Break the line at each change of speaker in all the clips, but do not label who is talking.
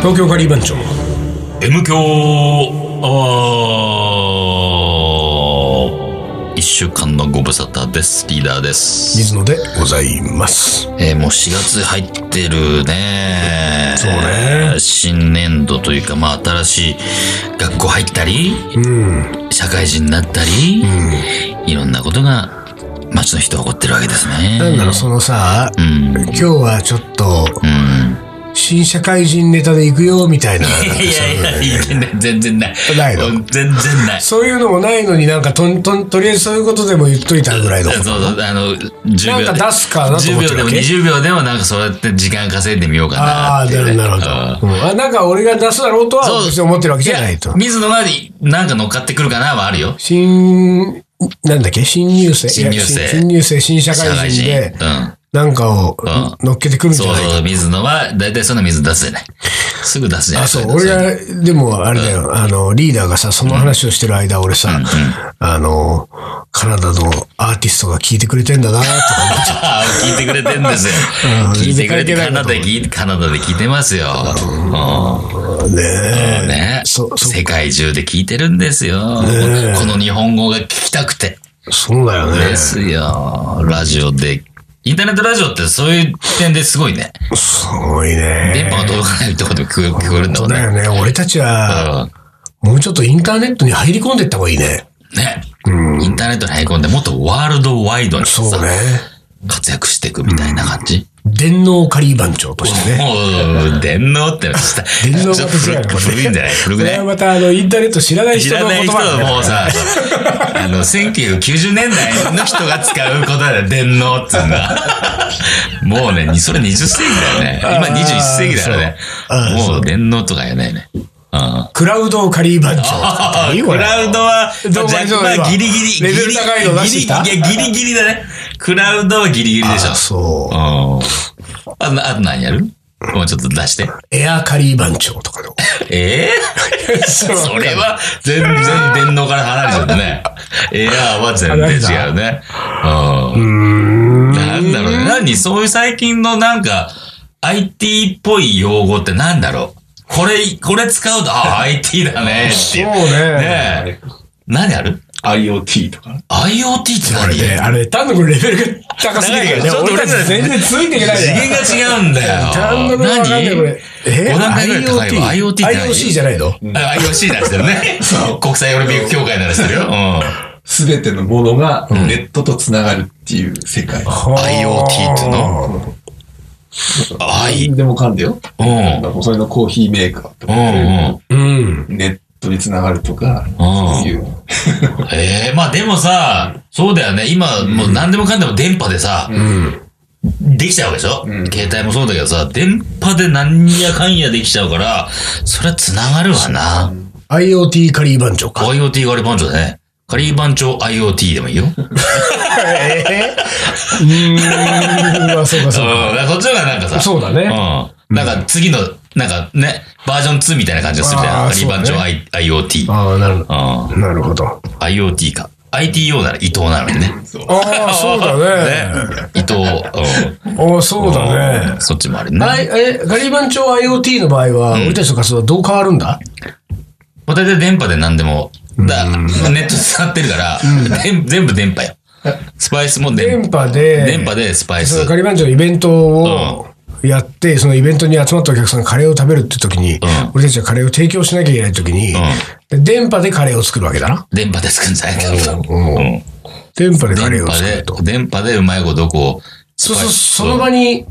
東京カリー番長
M 強アワー一週間のご無沙汰です。リーダーです。
水野でございます
えーもう4月入ってるね。
そうね。
新年度というか、まあ新しい学校入ったり、
うん
社会人になったり、いろんなことが街の人は起こってるわけですね。
なんだろうそのさ
うん。
今日はちょっと
うん。
新社会人ネタで行くよみたいななんか
い
そう
やいやいや、全然ない。
ないの
全然ない。
そういうのもないのになんかとんとんとりあえずそういうことでも言っといたぐらいの
そうそう、あの、10秒
なん
で。
か出すかなと思ってる
10秒で
わ
も
け
20秒でもなんかそうやって時間稼いでみようかな
ああ
ってい
な
う
るほ
ね。
どなるほど、うんあなんか俺が出すだろうと
そ
は
う
別に思ってるわけじゃないと
うん。水野がなんか乗っかってくるかなはあるよ。
新なんだっけ新入生
新入
い
生
や新新入生新社
社
会
会
人
人。
で
うん。
なんかを
うん
乗っけてくるんじゃ
そ
な
う
いか
そう、水野は、だいたいそんな水出すじゃない。すぐ出すじゃない。
あ、そう。
れ
俺が、でも、あれだよ、あの、リーダーがさ、その話をしてる間、俺さ、あの、カナダのアーティストが聞いてくれてんだな、とか思っちゃ
あー 聞いてくれてんですよ
うん。
聞いてくれて、
全然関係ない
カ
こ
ナ
と
ダで聞い、カナダで聞いてますよ。うん
うねえ。
ね
そそ
世界中で聞いてるんですよ。
ね
この日本語が聞きたくて。
そうだよね
で。すよ。ラジオで。インターネットラジオってそういう点ですごいね。
すごい
電波
ね。
が届かないところでも聞こえ聞こえるんだもん
だ
ね。
よね。俺たちは、
う
もうちょっとインターネットに入り込んでった方がいいね。
んね。インターネットに入り込んで、もっとワールドワイドにさ、
そうね。
活躍していくみたいな感じ。
電脳カリー番長としてね。
もう、電脳ってのはちょっと、
電脳
ちょっ
が
と古く古いんじゃない古
こ
く
れは
ない
また、あの、インターネット知らない
知
人
ら
の
ない
言
人
葉だ
は
ね
もうさ、あの、1990年代の人が使う言葉だよ、電脳っていうのは。もうね、それ20世紀だよね。今21世紀だよね
あー。
もう電脳とかやないね。うん
クラウドカリー番長。いいこ
ク
れ
ラウドは、
どうも
まあ
どうも今
ギリギリ、
レベル高いの出してきた
ギリギリいや、ギリギリだね。クラウドはギリギリでしょ
あ。そう
うん。あなあと何やるもうちょっと出して。
エアカリー番長とかでも。
ええ それは全然電脳から離れちゃったね。エアーは全然違うね。うん。なんだろうね。何そういう最近のなんか、IT っぽい用語ってなんだろうこれ、これ使うと、あ、IT だねっていう。ねえ。何ある
IoT とか。
?IoT って
あれ
何
ね、あれ、単独レベルが高すぎるからね。
ちょっと
俺たち全然ついていけないじゃん。
次元が違うんだよ。
単独がわかんない、これ。え
五段階ぐらい高いわ IoT って何
IoT じゃないの
あ ?IOC 出してるね。国際オリンピック協会ならしてるよ。うん。
すべてのものがネットと繋がるっていう世界。
IoT っての
あ
I
何でもかんでよ。
うん。
なんかそれのコーヒーメーカー
う
とか、
んうん。
うん。
ネットに繋がるとか、
うん
そういう。
ええまあでもさ、そうだよね。今、もう何でもかんでも電波でさ、できちゃうわけでしょ、携帯もそうだけどさ、電波で何やかんやできちゃうから、それは繋がるわな。
IoT カリー番長か。
IoT ガリ番長だね。カリー番長 IoT でもいいよ。うん、
えうーん、あそうか、そうか。
そっちの方がなんかさ、
そうだね。
うん。なんか次の、なんかね、バージョン2みたいな感じがするじゃ
あ
ん。
ー
カリー番長
そう
I- IoT。
ああ、なるほ
う
ど。なるほど。
ん。IoT か。ITO なら伊藤なのにね。
ああ、そうだね。
ね。伊藤。うん
ああ、そうだね。
そっちもある
あ
ね。
え、ガリ番長 IoT の場合は、俺たちの活動はどう変わるんだ
まあ大体電波で何でも。だネット使ってるから、全全部電波よ。スパイスも電
電
波。
波で、
電波でスパイ
そ
ス
の。カリバンジョのイベントをやって、そのイベントに集まったお客さんがカレーを食べるって時に、俺たちはカレーを提供しなきゃいけない時に、で電波でカレーを作るわけだな。
電波で作るんじゃないかと。
うん
うん
電波でカレー
電
を
波
作る
で
と。、
電波でうまいことこう、
そ
ス
う
パイ
そう、
ス
その場に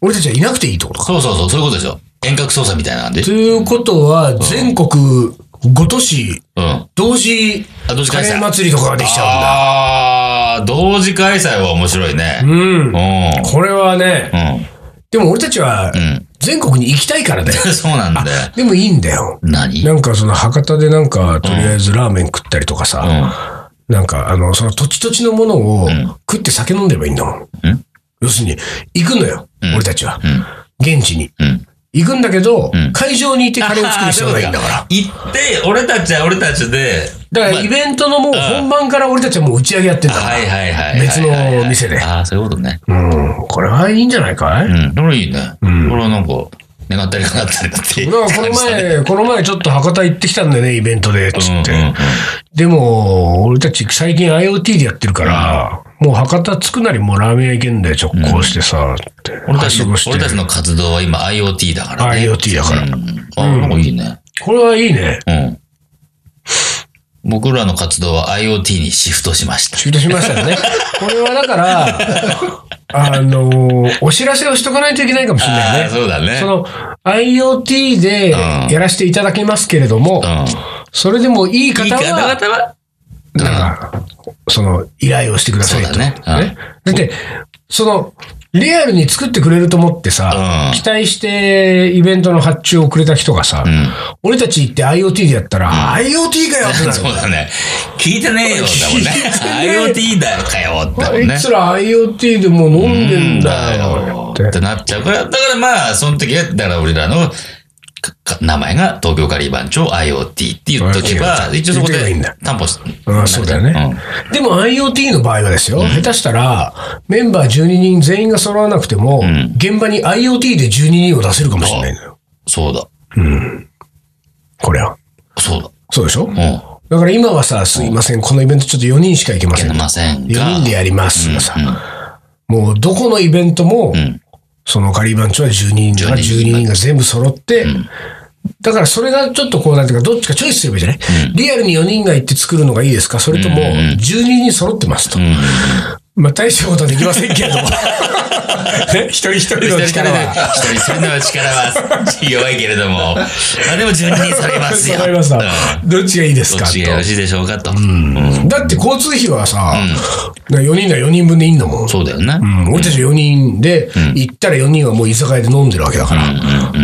俺たちはいなくていいってことか。
そうそうそう、そういうことでしょ。遠隔操作みたいな感じ
と。いうことは、全国5都市、
うん。あ、
同時
同時
カ
開
レー
催。
祭りとかができちゃ
あー、同時開催は面白いね。
う
うん。
んだ。うん。
う
これはね、
ん。
でも俺たちは
ん
全国に行きたいからだよ。
そうなんだよ。
でもいいんだよ。
何
なんかその博多でなんか、とりあえずラーメン食ったりとかさ、
う
なんか、あの、その土地土地のものを
ん
食って酒飲んでればいいんだもん。
ん
要するに、行くのよ、俺たちは。
ん。
現地に。
うん。うん。
行くんだけど、
ん
会場にいてカ レーを作る必要がいいんだから
あ。ーそういうことか行って、俺たちは俺たちで。
だから
まあ
イベントのもう本番から俺たちはもう打ち上げやってんだから。
はいはいはい。
別の店で
ああ、そういうことね。
うん、これはいいんじゃないかい、
うん。それいいね。これはなんか、願ったりかなったりだっていう
だからこ
感
の
じだね。
前、この前ちょっと博多行ってきたんだよね、イベントで、つって。
うんうんうん
でも、俺たち最近 IoT でやってるから、もう博多着くなりもうラーメン屋行けんだよ、直行してさ、って。
俺たちの
はしご
俺
し
たち
て。
の活動は今 IoT だからね。
IoT だから
うんあ、なんかいいね。
これはいいね。
うん。僕らの活動は IoT にシフトしました。
仕事しましたよ ね。これはだから、あの、お知らせをしとかないといけないかもしれない
あ
よ
あ、
ね。
そうだね。
その IoT でやらせていただきますけれども、
う
それでもいい
ん。いい
方
か、
は、
方は。
だから、その、依頼をしてください
そ
と。
うだね
だって、その、リアルに作ってくれると思ってさ、
うん
期待してイベントの発注をくれた人がさ、
うん。
俺たち行って IoT でやったら、IoT かよってなる
そうだね。聞いてねえよ、だもんね
聞いて。
IoT だよ、かよ、だもん
あ
ね
い。つら IoT でもう飲んでんだ
だ
よ
よ
って。
ってなっちゃうから、だからまあ、その時は、だから俺らのかか名前が東京カリー番長 IoT って言っとけば、
うん
一応そこ
言っとけばい
で
いんだ
担保し
うんそうだよね。でも IoT の場合はですよ、下手したら、メンバー12人全員が揃わなくても、
ん
現場に IoT で12人を出せるかもしれないのよ。
そうだ。
これは。
そうだ。
そうでしょ、う
うん。
だから今はさ、すいません、このイベントちょっと4人しか行けま
い
せん。
け
4
ませんが。
人でやりますがさ、もうどこのイベントも、
ん
そのカリーバンチョは12人が
12
12
人
人が全部揃って、だからそれがちょっとこうなんていうか、どっちかチョイスすればいいじゃない、リアルに4人が行って作るのがいいですかそれとも12人揃ってますと。まあ大したことはできませんけれど も。ね、一人一人
一人
の
一人
力
で、
は。
一人一人の力は弱いけれども、まあでも順にされますよ。
わかりました
うん
どっちがいいです
ど
か
っ
と
ちがよろしいでしょうかと。うん
だって交通費はさ、4人なら4人分でいいんだもん。
そうだよね。
うん、俺たち4人で、行ったら4人はもう居酒屋で飲んでるわけだから、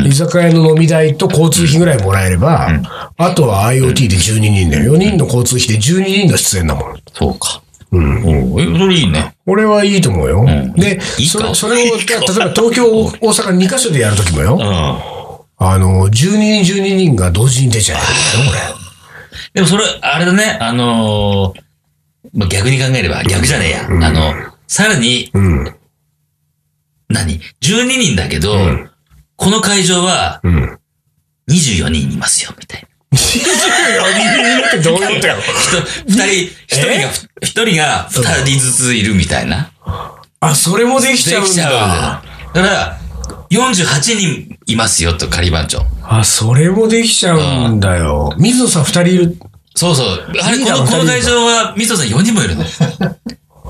居酒屋の飲み代と交通費ぐらいもらえれば、あとは IoT で12人だよ。4人の交通費で12人の出演だもん。
そうか。うん。おうえそれいいね。
俺はいいと思うよ。で、
いい
そ
か
れそれを、例えば東京、大阪2カ所でやるときもよ、
うん。
あの、12人、12人が同時に出ちゃうよ、
でもそれ、あれだね、あのーまあ、逆に考えれば、逆じゃねえや。あの、さらに、
これ。うん。
何 ?12 人だけど、この会場は
うん。
24人いますよ、みたいな。
24人いるってどういうことよ。
人、二人、一人が、一人が二人ずついるみたいな。
あ、それもで
で
きちゃうん
きちゃ
だ。
うんだよ。だから、48人いますよ、と、仮番長。
あ、それもできちゃうんだよ。水野さん2人いる。
そうそう。あれ、
いい
こ
な
の、この
二
会
人
場は、ミトさん4人もい るの。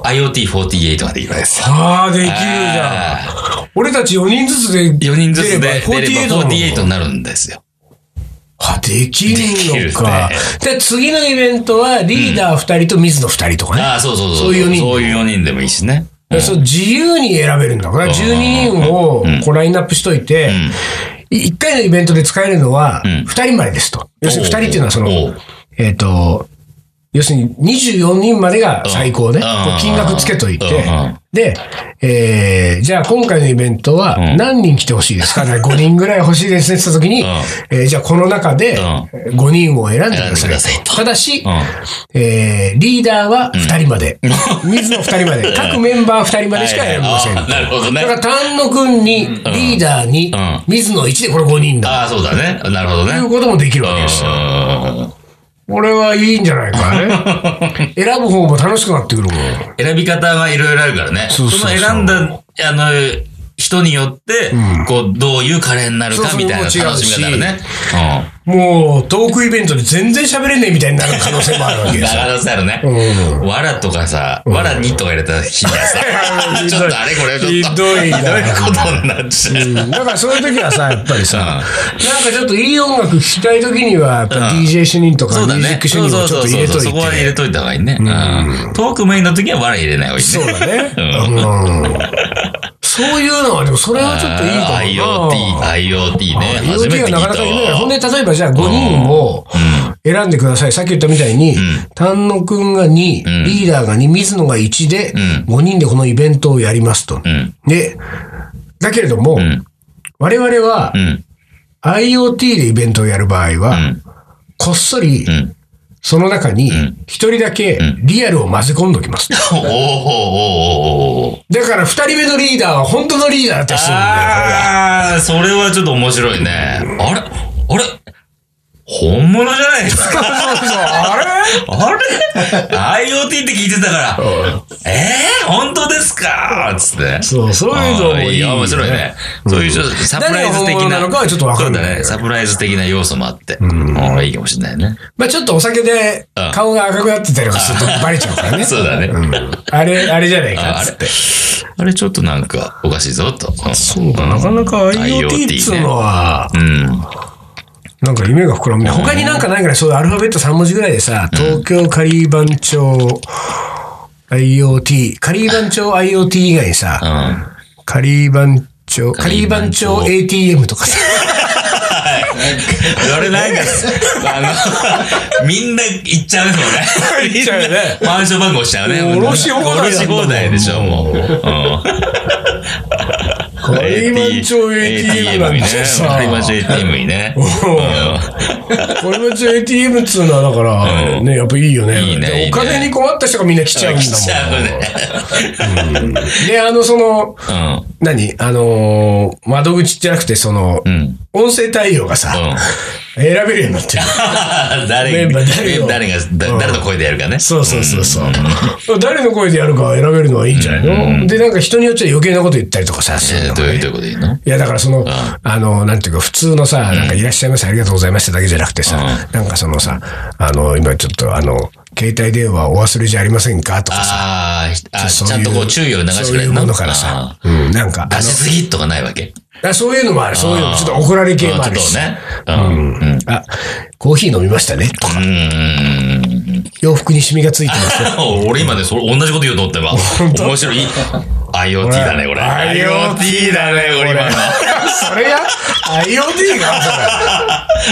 IoT48 ができるんですよ。
ああ、できるじゃん。俺たち4人ずつで
4人ずつで出れば
48
48
の
になるんですよ。
あ、できるのか
で。
で、次のイベントはリーダー2人と水野2人とかね。
ああ、そうそうそう。
そういう四人
そういう4人でもいいしね。
だからそう自由に選べるんだ。これは12人をこうラインナップしといて、1回のイベントで使えるのは2人までですと。要するに2人っていうのはその
おう、
えっと、要するに24人までが最高ね。
うん
こう金額つけといて
うん。
で、えーじゃあ今回のイベントは
うん
何人来てほしいですか ?5 人ぐらい欲しいですねって言った時に、
う
えーじゃあこの中で
う
5人を選んでくだ
選んでくだ
さい
さい
と。
と
ただし
うん、
えーリーダーは2人まで。水野2人まで。各メンバー2人までしか選びません。
ああなるほどね
だから丹野くんに、リーダーに
うん、
水野1でこれ5人だ。
ああ、そうだね。なるほど
と
ね。
いううんこともできるわけですよ。これはいいんじゃないかね。 選ぶ方も楽しくなってくるもん。
選び方はいろいろあるからね。
そうそうそう
の選んだ、あの、人によって、こう、どういうカレーになるかみたいな楽
そうそう
しみ方あるね。
もう、トークイベントで全然喋れねえみたいになる可能性もあるわ
う
け
ん。
で
だ
すよ。
からさ、あるね。
う
わらとかさ、わらにとか入れた日にはさ
ひど、い
ちょっとあれこれちょっ と、
ひどいな
ひどことになっちゃう。
うんだからそういう時はさ、やっぱ りさ、
う
なんかちょっといい音楽聴きたい時には、やっぱ DJ 主任と
そ
か
う
ミ
だ
ュージッ
ね。
ク主
そう
任
そ
を
う
ちょっと
そう
入れ
そう。
とい
そこは入
て。
れといた方がいいね。うんトークメインの時は笑入れない方がいいね。
そうだね。うん。そういうのは、でもそれはちょっといいかもな。
IoT、IoT ね。初
IoT
め
が
て聞い
な
た
かなかいない。
わ
ほんで、例えばじゃあ5人を選んでください。さっき言ったみたいに、丹野くんが2、リーダーが2、水野が1で、5人でこのイベントをやりますと。
ん
で、だけれども、
ん
我々は
うん。
IoT でイベントをやる場合は、
ん
こっそり
ん
その中に
ん、
一人だけリアルを混ぜ込んどきます。
おーおーおーおーおー
だから、二人目のリーダーは本当のリーダーだったりするんだよ。
あー、それはちょっと面白いね。あれあれ本物じゃないですか
そうそうあれ
あれ ?IoT って聞いてたから、えー、本当ですかつって。
そうそういうのもいいね
あーや面白いね。そういうちょっとサプライズ
何
的
が本物
な。
なのかはちょっとわかんない
そうだね。サプライズ的な要素もあって。あーいいかもしれないね。
まあちょっとお酒で
うん
顔が赤くなってたりとかするとバレちゃうからね。
そうだね。
あれ、あれじゃない
あ
か
あ
っつ
れ
って。
あれちょっとなんかおかしいぞと。
そうか、なかなか IoT っつうのは、
うん。
なんか夢が膨らむね。他になんかないから、そういうアルファベット3文字ぐらいでさ、東京カリー番町 IoT、カリー番町 IoT 以外に
う
さ、
ん。
カリー番町、カリ
仮
ー
番
番
長
町 ATM とかさ、
それなんか、 あの、みんな行っちゃうよね。
行っちゃうよね
マンション番号しちゃうね。
もう下ろし放題
下ろし放題でしょ、もう。うん。
カリー番町 ATM なん
にね
て。さ、
カリマンチョ ATM にね。うん
これも JTM っつうのはだから、
うん
ね、やっぱいいよね。
いいねいいね
お金に困った人がみんな来ちゃうんだ
来ちゃう
もん。
ね。
で、あの、その、
うん。
何あのー窓口じゃなくて、その、
うん。
音声対応がさ、
うん
選べるようになってる。メ
誰
ンバ
が、
ー誰を
誰が、だ誰の声でやるかね。
そうそうそうそう。誰の声でやるか選べるのはいいんじゃないの、で、なんか人によっちゃ余計なこと言ったりとかさ、そういう
え
の
ー
が
どう
ね
いうどういうことでいいの
いや、だからその、あの、なんていうか、普通のさ、なんか、いらっしゃいませ、ありがとうございましただけじゃなくてさ、なんかそのさ、あの、今ちょっと、あの、携帯電話お忘れじゃありませんかとかさ、
あーあ、
そう
ちゃんとこう注意を流してく
そ
れる
ういうも
の
のからさ、うん、なんか、
出
あ
しすぎとかないわけ。
のあそういうのもある、そういうの、ちょっと怒られ系もあるし、
ちょっとね。うん。うん。
あ、コーヒー飲みましたね、とか、
うん。
洋服にシミがついてますよ。
俺今ね、それ同じこと言おうと思ってば。面白い。IoT だね、これ。
IoT
だね、これ今の。
それが IoT が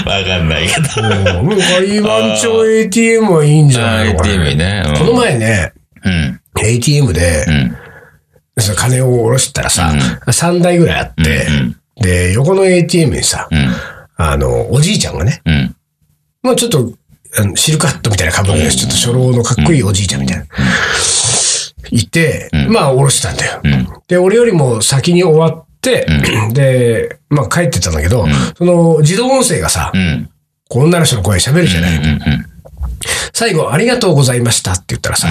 わかんないけど。
もう、海湾町 ATM はいいんじゃないのかな
IoT ね。
この前ね、
うん。
ATM で、
うん。
その金を下ろしたらさ、3台ぐらいあって、で、横の ATM にさ、
うん。
あの、おじいちゃんがね、
うん。
まあちょっと、あのシルカットみたいな被りのちょっと初老のかっこいいおじいちゃんみたいな。いて、まあ下ろしたんだよ。で、俺よりも先に終わって、で、まあ帰ってたんだけど、その自動音声がさ、
うん。
こう女の人の声喋るじゃない。
うん。うん。
最後、ありがとうございましたって言ったらさ、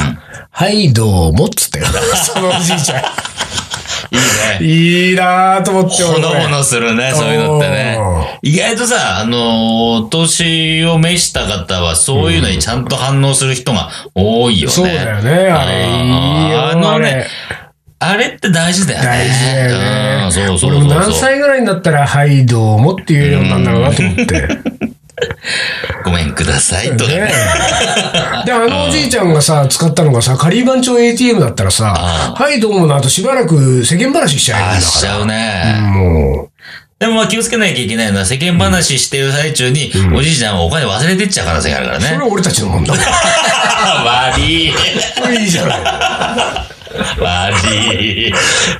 はい、どうもっつったよ。そのおじいちゃん。
いいね。
いいなぁと思って
ほ
俺
のほのするね、そういうのってね。意外とさ、あの、お年を召した方は、そういうのにちゃんと反応する人が多いよね。
そうだよね、あれ。いいよ
あの
あれ
ね、あれって大事だよね。
大事だよ
う
ね。
んそうそう
俺も
そうそう。
何歳ぐらいになったら、はい、どうもって言うようになるんだろうなと思って。
ごめんくださいとかね。
ねえで、あのおじいちゃんがさ、使ったのがさ、カリー番町 ATM だったらさ、はい、どうもの後しばらく世間話しちゃうん
あー
だ
しち
か
ゃ
ら。
うね。
も
でもまあ気をつけなきゃいけないのは世間話してる最中に、おじいちゃんはお金忘れてっちゃう可能性があるから
う、それ
ね。
は俺たちのもんだもん。
悪い。
これいいじゃない。
悪い。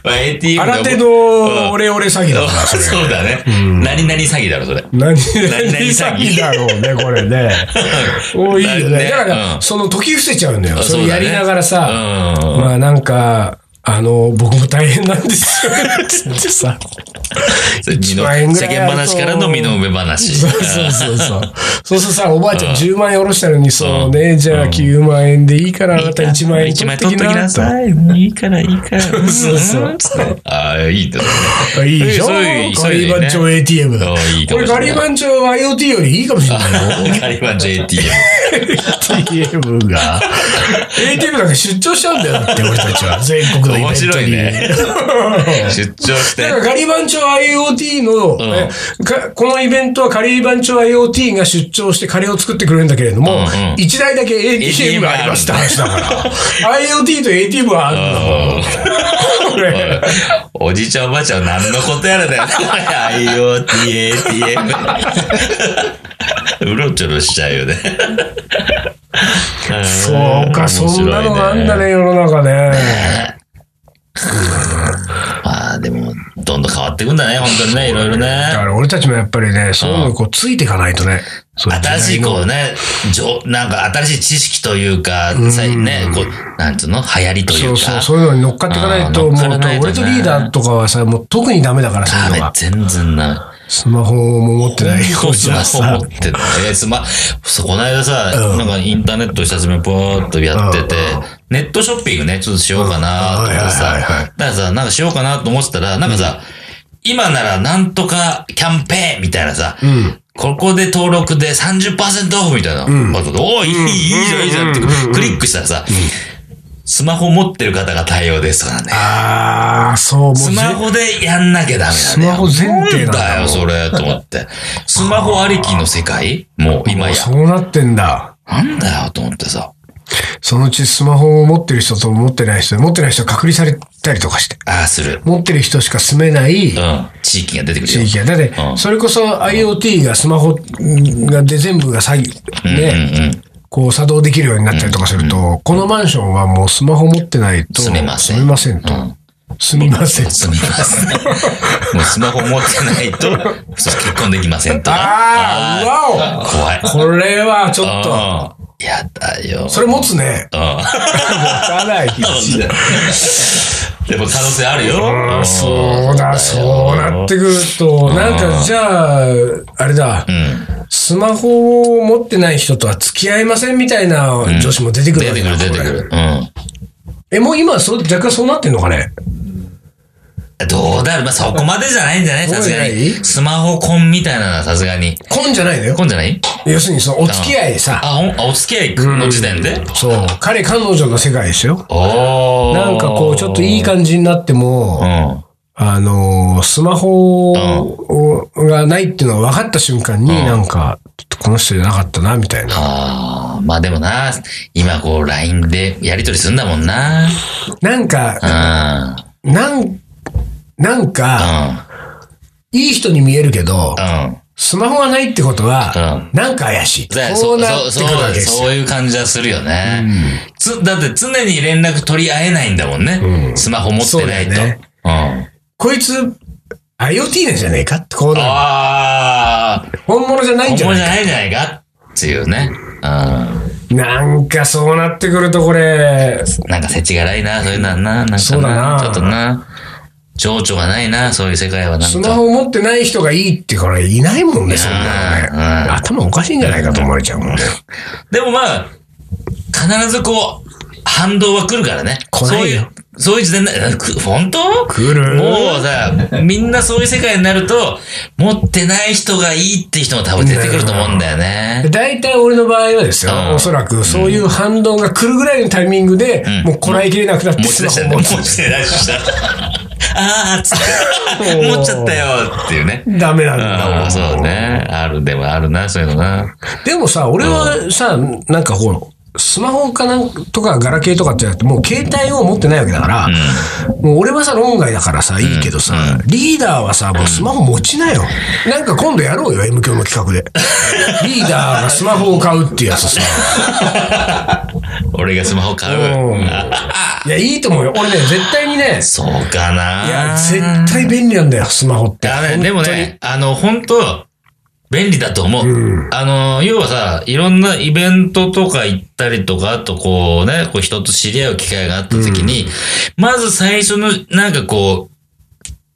まあ ATM が
新手
うん
のオレオレ詐欺だから。
そうだね。何々詐欺だろ、それ。
何々
何々
詐
詐
欺
欺
だろうね、これ ね。おいいよね。
ね
だから、
うん
その時伏せちゃうんだよ。そ
そう
れ
だ
や
ね
りながらさ、
うん
まあなんか、あの、僕も大変なんですよ。つってさ。
身の
万円ぐ
世
らい
間話からの身の上話。
そうそうそうそう。そうするとさ、おばあちゃん10万円下ろしたのに、そうね、じゃあ9万円でいいから、あなた1万円
一
取
枚
ってき
取っとき
な
な
と。
さい。いいから、いいから。
そうそう
うんつってああ、いいんだね。
あいいでしょ
そういうそう
ガ
いう
リ
のいいね
バン町 ATM だ
あ。いいか
これ
もしれ
ガ
ない
リバン町 IoT よりいいかもしれないよ。
ガリバ ン JTM。
ATM が。ATM なんか出張しちゃうんだよだって、俺たちは。全国のイベントに。
面白いね。出張し
だ
て
か。らガリバン町 IoT の、
ん
えかこのイベントはガリバン町 IoT が出張してカレーを作ってくれるんだけれども、
うんうん
1台だけ ATM がありますって話だから。IoT と ATM はあるんだもん。これ
おじいちゃんおばあちゃん何のことやらだよ。IoT、ATM。うろちょろしちゃうよね。
そうか、そんなのがあんだ
面白い。
ね、世の中ね。
まあでも、どんどん変わっていくんだね、本当にね、いろいろね。
だから俺たちもやっぱりね、そういうのこうついていかないとね。そう
新しいこうね、じょなんか新しい知識というか、さいね、こう、なんつうの流行りとい
そうう
か。
そう、そういうのに乗っかっていかないと、
うん
もう
乗っか、らないとね
俺とリーダーとかはさ、もう特にダメだから、そういう
ダ
の
メ
が、。
全然な。
スマホも持ってないよ、
スマホ持ってない。えスマ、そうこの間さ、
うん
なんかインターネット下積みポーっとやってて、ネットショッピングね、ちょっとしようかなと思って
うんは
さ、
いはいはいは
だからさ、なんかしようかなと思ってたら、なんかさ、今ならなんとかキャンペーンみたいなさ、
うん。
ここで登録で30%オフみたいな。あとでおーいい、いいじゃん、いいじゃんってクリックしたらさ、スマホ持ってる方が対応ですとかね。
ああ、そう、もう
スマホでやんなきゃダメなんだよ。
スマホ前提なんだ
だよ、それ、と思って。スマホありきの世界もう今や。
そうなってんだ。
なんだよ、と思ってさ。
そのうちスマホを持ってる人と持ってない人、持ってない人は隔離されたりとかして、
ああ、する。
持ってる人しか住めない
うん。地域が出てくる
地
よ。
域が。だって
う、ん
それこそ IoT がスマホがで全部が詐欺、
うんうん
ね、
うん。
こう作動できるようになったりとかすると、このマンションはもうスマホ持ってないと、
住めません
住めませんと。
うん
住みませんと。
すみません。 もうスマホ持ってないと、そう結婚できませんとか。
あー
あー怖い。
これはちょっと、
うんやだよ。
それ持つね。
うん。
持たない気がする
でも可能性あるよ。ん
そうだ、そうなってくると、なんかじゃあ、あれだ
う、ん。
スマホを持ってない人とは付き合いませんみたいな女子も出てくる
出
わけ
てく
だ
る、出てくる。うん。
え、もう今そう、若干そうなってんのかね
どうだろうまあ、そこまでじゃないんじゃない
どう
さすが
じゃ
に
ない。
スマホ婚みたいなのはさすがに。
婚じゃないのよ。
婚じゃない
要するにそのお付き合いさ、
あ、ほんあお付き合いの時点で
そう、彼彼女の世界ですよ。
おー
なんかこう、ちょっといい感じになって
う
も、
ん。
あのー、スマホをがないっていうのが分かった瞬間に、なんか、ちょっとこの人じゃなかったな、みたいな。
あーまあでもな、今こう LINE でやりとりするんだもんな。
なん
う
か、
ん。
なん、なんか、
う
いい人に見えるけど、
ん。うん。
スマホがないってことは、なんか怪しい。
だ
そうなってくるわけで
そ
す
うそうそ
よ。
ういう感じはするよね、つ。だって常に連絡取り合えないんだもんね。スマホ持ってないと。
そう
う
だよね
ん。あ
こいつ、IoT なんじゃねえかって、こうなる
あー、
本物じゃないん
本
じゃな
物
い
じゃないんじゃないかっていうね。うん。
なんかそうなってくるとこれ、
なんか世知がいな、そういうのはな。なんかな
そうだな
ちょっとな。情緒がないな、そういう世界はなんか。
スマホ持ってない人がいいってこれいないもんね、そんなの
うん
ね。頭おかしいんじゃないかと思われちゃうもんね。
でもまあ、必ずこう、反動は来るからね。
来
そう
ない
い
よ
う、そういう時代にな、く本当
来る
もうさ、みんなそういう世界になると、持ってない人がいいって人も多分出てくると思うんだよね。
大体俺の場合はですよ、
うん
おそらくそういう反動が来るぐらいのタイミングで、
うん
もうこらえきれなくなって
持ち
ス
出
マ
した
ホ
ね。
持
持
って
ち出した。 あー つって
もう
持っちゃったよっていうね。
ダメなんだ
あ
も
あ、
ん。
そうね。ある、でもあるな、そういうのな。
でもさ、俺はさ、なんかこう、スマホかなんかとかガラケーとかってなって、もう携帯を持ってないわけだから、もう俺はさ、論外だからさ、いいけどさ、リーダーはさ、もうスマホ持ちなよ。なんか今度やろうよ、M 響の企 画で。リーダーがスマホを買うっていうやつさ。
俺がスマホ買
う
う。
んいや、いいと思うよ。俺ね、絶対にね、
そうかな。
いや、絶対便利なんだよ、スマホって。
ダメ、でもね、あの、本当便利だと思う。あの、要はさ、いろんなイベントとか行ったりとか、あとこうね、こう人と知り合う機会があった時に、まず最初の、なんかこう、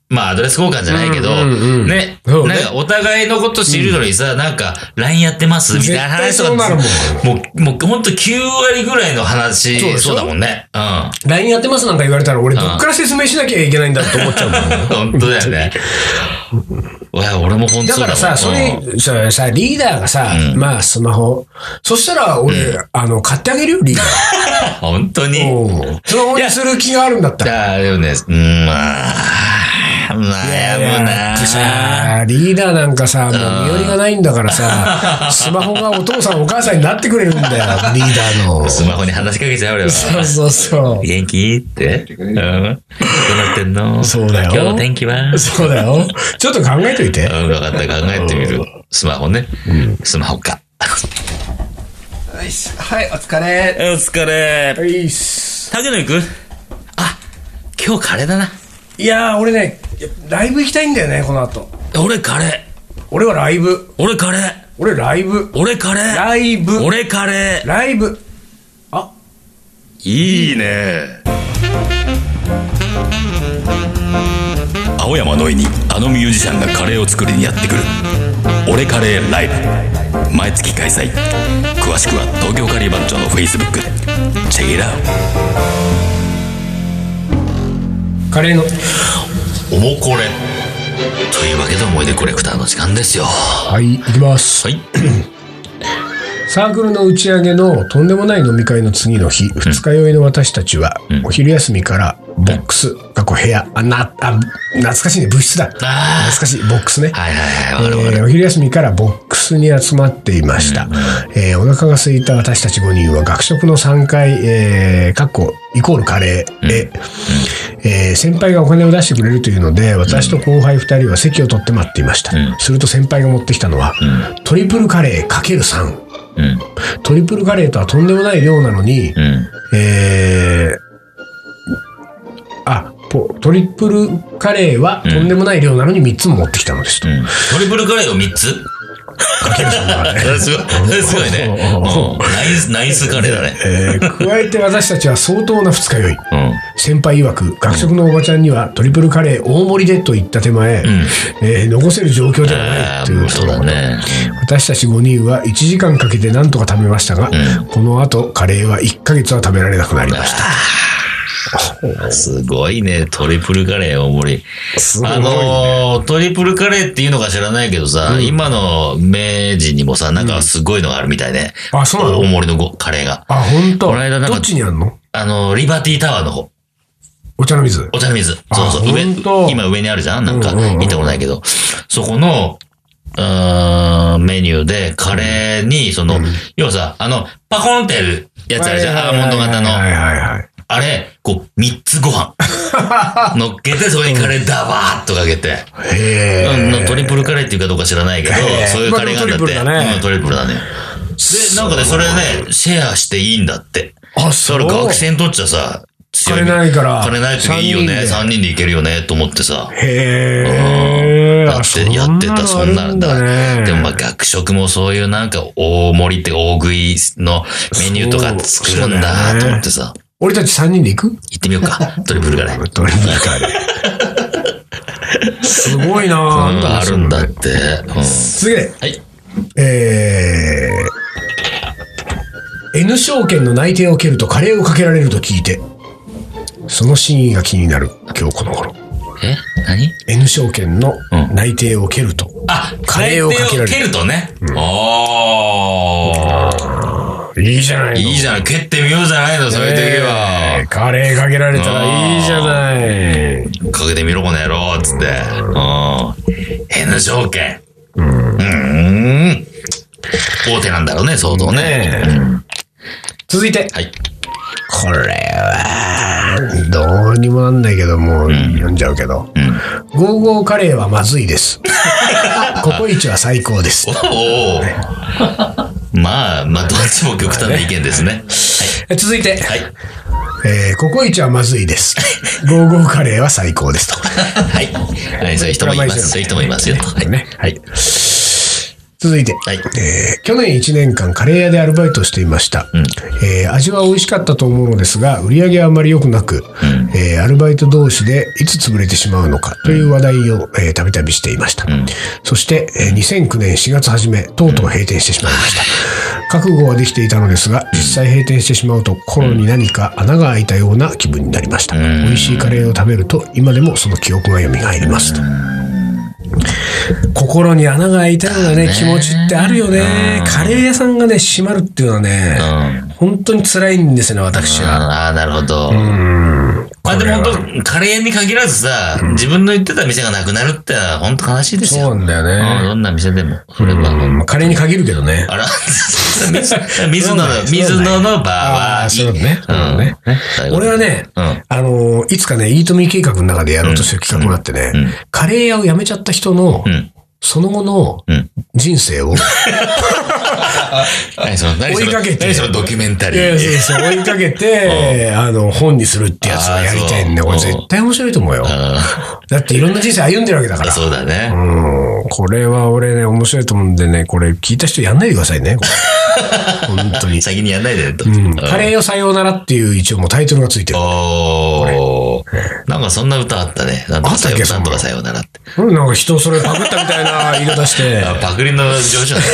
まあ、アドレス交換じゃないけど、
うんうんうん
ね、
そうね
なんかお互いのこと知るのにさ、なんか、LINE やってますみたいな話と
絶対
か、
そうな
もう、もう、ほんと9割ぐらいの話、
そうでしょ
そうだもんね。うん。
LINE やってますなんか言われたら、俺どっから説明しなきゃいけないんだって思っちゃうもん。
本当だよね。いや、俺も本当
だからさ、そ
そうだもんうん
れ、それさ、リーダーがさ、まあ、スマホ。そしたら、俺、あの、買ってあげるよ、リーダー。
本当に。
うんスマホにする気があるんだったら。
だよね。うん、まあ、悩む
だ
な
ってさ、リーダーなんかさ、もう身寄りがないんだから さ、スマホがお父さんお母さんになってくれるんだよ、リーダーの。
スマホに話しかけちゃうよ。
そうそうそう。
元気って。うん。どうなってんの
そうだよ
今日の天気 は
そうだよ。ちょっと考えといて。
うん、分かった。考えてみる。スマホね。スマホか。
はい、はい、お疲れ。
お疲れ。
いいっす。
竹野行くあ、今日カレーだな。
いやー、俺ね、ライブ行きたいんだよね、この後。
俺カレー。
俺はライブ。
俺カレー。
俺ライブ。
俺カレー。
ライブ。
俺カレー。
ライブ。
いいね。青山のいにあのミュージシャンがカレーを作りにやってくる「俺カレーライブ」毎月開催詳しくは東京カリー番長のフェイスブックチェイラー
カレーの。
おもこれというわけで思い出コレクターの時間ですよは
はい、行きます。
い
サークルの打ち上げのとんでもない飲み会の次の日、二日酔いの私たちは、お昼休みから、ボックス、過去部屋、あ、な、あ、懐かしいね、部室だ。懐
あ
かしい、ボックスね。
ーはいはいはいわかるわかる
えーお昼休みからボックスに集まっていました、えーお腹が空いた私たち5人は学食の3階、えー、かっこイコールカレーで、えー先輩がお金を出してくれるというので私と後輩2人は席を取って待っていました、
うん
すると先輩が持ってきたのは、トリプルカレー ×3
うん
トリプルカレーとはとんでもない量なのに、
うん
えーあポトリプルカレーはとんでもない量なのに3つも持ってきたのですと。
うんトリプルカレーを3つ すごい、すごいね。うんナイス、ナイスカレーだね。
えー加えて私たちは相当な二日酔い。
うん。
先輩曰く、学食のおばちゃんにはトリプルカレー大盛りでと言った手前、えー残せる状況ではな
あ
い
あ
という
ー、
こ
そう
と
だね。
私たち5人は1時間かけて何とか食べましたが、
うん
この後カレーは1ヶ月は食べられなくなりました。
すごいね、トリプルカレー大盛り。
すごいね
あのートリプルカレーっていうのか知らないけどさ、今の明治にもさ、なんかすごいのがあるみたいね。
あ、そうな
大
の
盛りのごカレーが。
あ、本当
この間なんか
どっちにあんの
あのーリバティタワーの方。
お茶の水。
お茶の水。
あ
そうそう。上
ほんと、
今上にあるじゃんなんか、
うんうんうん
見たことないけど。そこの、うーんメニューで、カレーに、その、要はさ、あの、パコンってやるやつあるじゃん。アーモンド型の。
はいはいはい。
あれ、こう、三つご 飯。乗っけて、それにカレーダバーっとかけて。
へ
うん
ー
のトリプルカレーっていうかどうか知らないけど
へー、
そういうカレーがあるんだって。
まあでも
うんトリプルだね。で、なんかね、それね、シェアしていいんだって。
あ、
そ
そ
れ
う。
学生にとっちゃさ、強いね。
金ないから
金ない時いいよね。
三
3人でいけるよね、と思ってさ。
へー
やって、やってた、そんなのだか
あるんだ
ら。
ね
でもまあ学食もそういうなんか大盛りって大食いのメニューとか
そう
作るんだと思ってさ、
俺たち3人で行く
行ってみようか。トリプルカレー。
トリプルカレー。 すごいなぁ
うんあるんだっ。て。うん
次で、
はい。
えー、N 証券の内定を蹴るとカレーをかけられると聞いて、その真意が気になる今日この頃。
え何
N 証券の内定を蹴ると、
あ、
カレーをかけられる
カレーを蹴るとね。あ
いいじゃない
あ。
の。
いいじゃない。蹴ってみようじゃないの、そういう時
えー
は。
カレーかけられたらいいじゃない。
かけてみろ、この野郎、つって。うん。変な条件。うん。ん。大手なんだろうね、相当ね。
続いて、
はい。
これは、どうにもなんないけど、もう読んじゃうけど。ゴーゴーカレーはまずいです。 ココイチは最高です。
おお。まあ、まあ、どっちも極端な意見ですね。
え続いて、
はい。
えーココイチはまずいです。ゴーゴーカレーは最高ですと。
はい。はい。そういう人もい ます。そういう人もいますよ。はい。
ねはい。続いて、
はい。
えー去年1年間カレー屋でアルバイトをしていました、えー味は美味しかったと思うのですが売り上げはあまり良くなく、えーアルバイト同士でいつ潰れてしまうのかという話題をえーたびたびしていました、そして、えー2009年4月初めとうとう閉店してしまいました、覚悟はできていたのですが実際閉店してしまうと心に何か穴が開いたような気分になりました、美味しいカレーを食べると今でもその記憶が蘇りますと、心に穴が開いたようなね、気持ちってあるよね。カレー屋さんがね、閉まるっていうのはね、本当に辛いんですよね、私は。
ああ、なるほど。まあでも本当、カレーに限らずさ、自分の言ってた店がなくなるってのは本当悲しいですよ。
そうなんだよ
うん
ね。
どんな店でも。それは。
うんまあカレーに限るけどね。
あら、 水水野の、水野の場
あ
合
あ、そうだね。そうだね
うん
俺はね、
うん
あのー、いつかね、イートミー計画の中でやろうとしてる企画があってね、カレー屋を辞めちゃった人の、
ん
その後の
うん
人生を、
何その、何その
追いかけて
何そのドキュメンタリ
いや
ー。
そうそう追いかけて、あの、本にするってやつをやりたいんで、
あーそう
俺絶対面白いと思うよ。
あ
だっていろんな人生歩んでるわけだか
ー
ら。
そうだね。
うんこれは俺ね、面白いと思うんでね、これ聞いた人やんないでくださいね。こ れ本当に。
先にやんないでねと。
うんカレーよさようならっていう一応もうタイトルがついてる。
おー。なんかそんな歌あったね。なんとかさよ
あったっけ
なんとかさようならって。
うんなんか人それパクったみたいな 言い方して。
あパクリの上 手だね。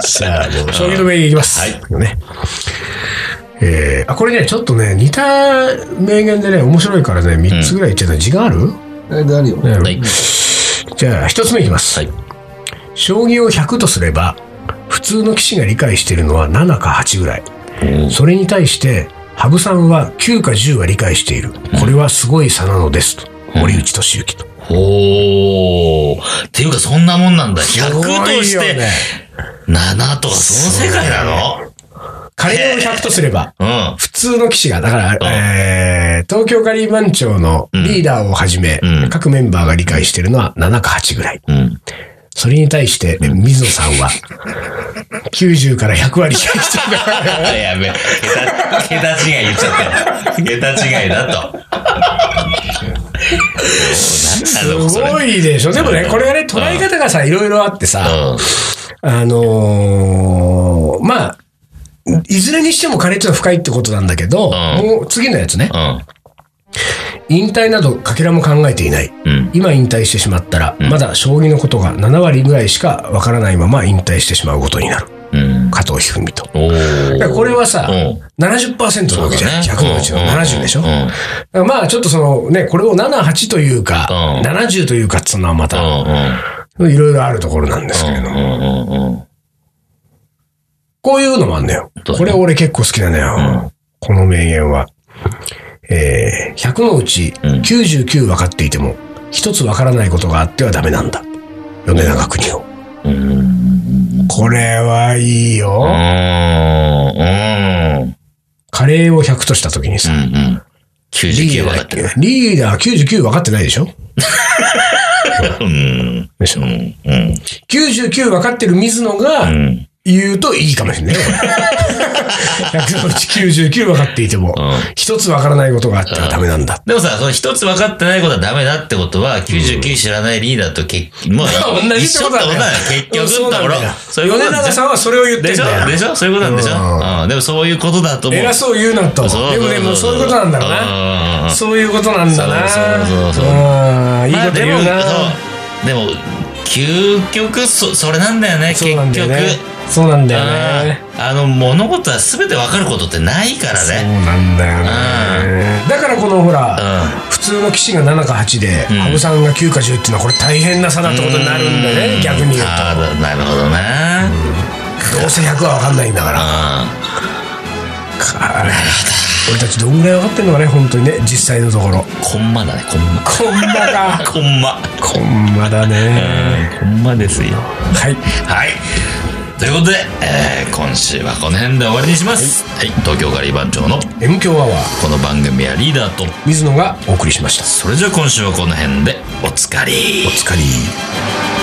さあ、もう
将棋の名言いきます。
は
ね。えー、あ、これね、ちょっとね、似た名言でね、面白いからね、3つぐらい言ってた時間ある、
だいぶあるよね。
はい。
じゃあ、1つ目いきます。
はい
将棋を100とすれば、普通の棋士が理解しているのは7か8ぐらい。それに対して、羽生さんは9か10は理解している。これはすごい差なのですと。森内俊之と。
おー。っていうか、そんなもんなんだ。100と
す
し
ごいよ
て、
ね
7とか、その世界なの
カレーを100とすれば、
うん。
普通の騎士が、だから、えー、東京カリーマン町のリーダーをはじめ、
うん
各メンバーが理解しているのは7か8ぐらい。
うん。
それに対して、水野さんは、90から100割理解してるから。
あやべえ。桁、桁違い言っちゃったよ。桁違いだと。
す
す
ごいでしょ。でもね、これがね、捉え方がさ、いろいろあってさ、あのーまあ、いずれにしてもカレーっていうのは深いってことなんだけど、
ん
もう次のやつね。
う
引退などかけらも考えていない。
ん。うん。うん。
今引退してしまったら、まだ将棋のことが7割ぐらいしかわからないまま引退してしまうことになる。
うん。
加藤一二三と。
お
だから
ー。
これはさ、
うん
70%なわけじゃん。
そう
100
だね
のうちの
うん
70でしょ。
うん
だからまあちょっとそのね、これを7、8というか、
うん
70というかっつうのはま
う
た、
んうん。
いろいろあるところなんですけれども、
うんうんうん。
こういうのもあんだよ。
そうだね
これ俺結構好きなんだよ。この名言は。えー、100のうち
うん
99分かっていても、一つ分からないことがあってはダメなんだ。米長国を。これはいいよ。
うん。うん。
カレーを100としたときに
う
さ、
んうん。99分かってる。
リーダー99分かってないでしょ
うん。
でしょ
うん。うん。
?99 分かってる水野
う
が
ん。
言うといいかもしれない よ。俺100のうち99分かっていても
うん、
一つ分からないことがあってはダメなんだ。
でもさ、その一つ分かってないことはダメだってことは、99知らないリーダーと結局、もう
同じ
一
って
緒
こと
ってこ
な
と
んだ よ
だよ。結局のとこ
そうな
ろ
んだよ。
そういうこ
米
となん
長
でし
さ
ょ
んはそれを言って
で
ん
し
だ
ょ
よ。
でしょそういうことなんでしょ
うん
うん。でもそういうことだと思う。
偉そう言うなと。
そう
でもね、もうそういうことなんだろうな。
な
そういうことなんだな。
そうそうそうそう
うんいい
ま
こ
あ
と
でも
言うな。
そうでも究極そそれなんだよね
そうなんだよね
結局。
そうなんだよね。
あーあの物事は全て分かることってないから
そう
ね
なんだよね。だからこのほら、
う
普通の棋士が7か8で、
うん
羽生さんが9か10っていうのはこれ大変な差だってことになるんだね、
う
逆に言う
あ
と。
ーなるほどね
どうせ100は分かんないんだから。
う
から俺たちどんぐらい分かってんのかね、本当にね、実際のところ。
んコンマだねコンマ
こんまか。
コンマ
こんまだね。
コンマですよ
はい。
はいということで、えー今週はこの辺で終わりにします、はい東京ガリバン長の
M 強アワー、
この番組はリーダーと
水野がお送りしました。
それじゃあ今週はこの辺でおつかり
お疲れ。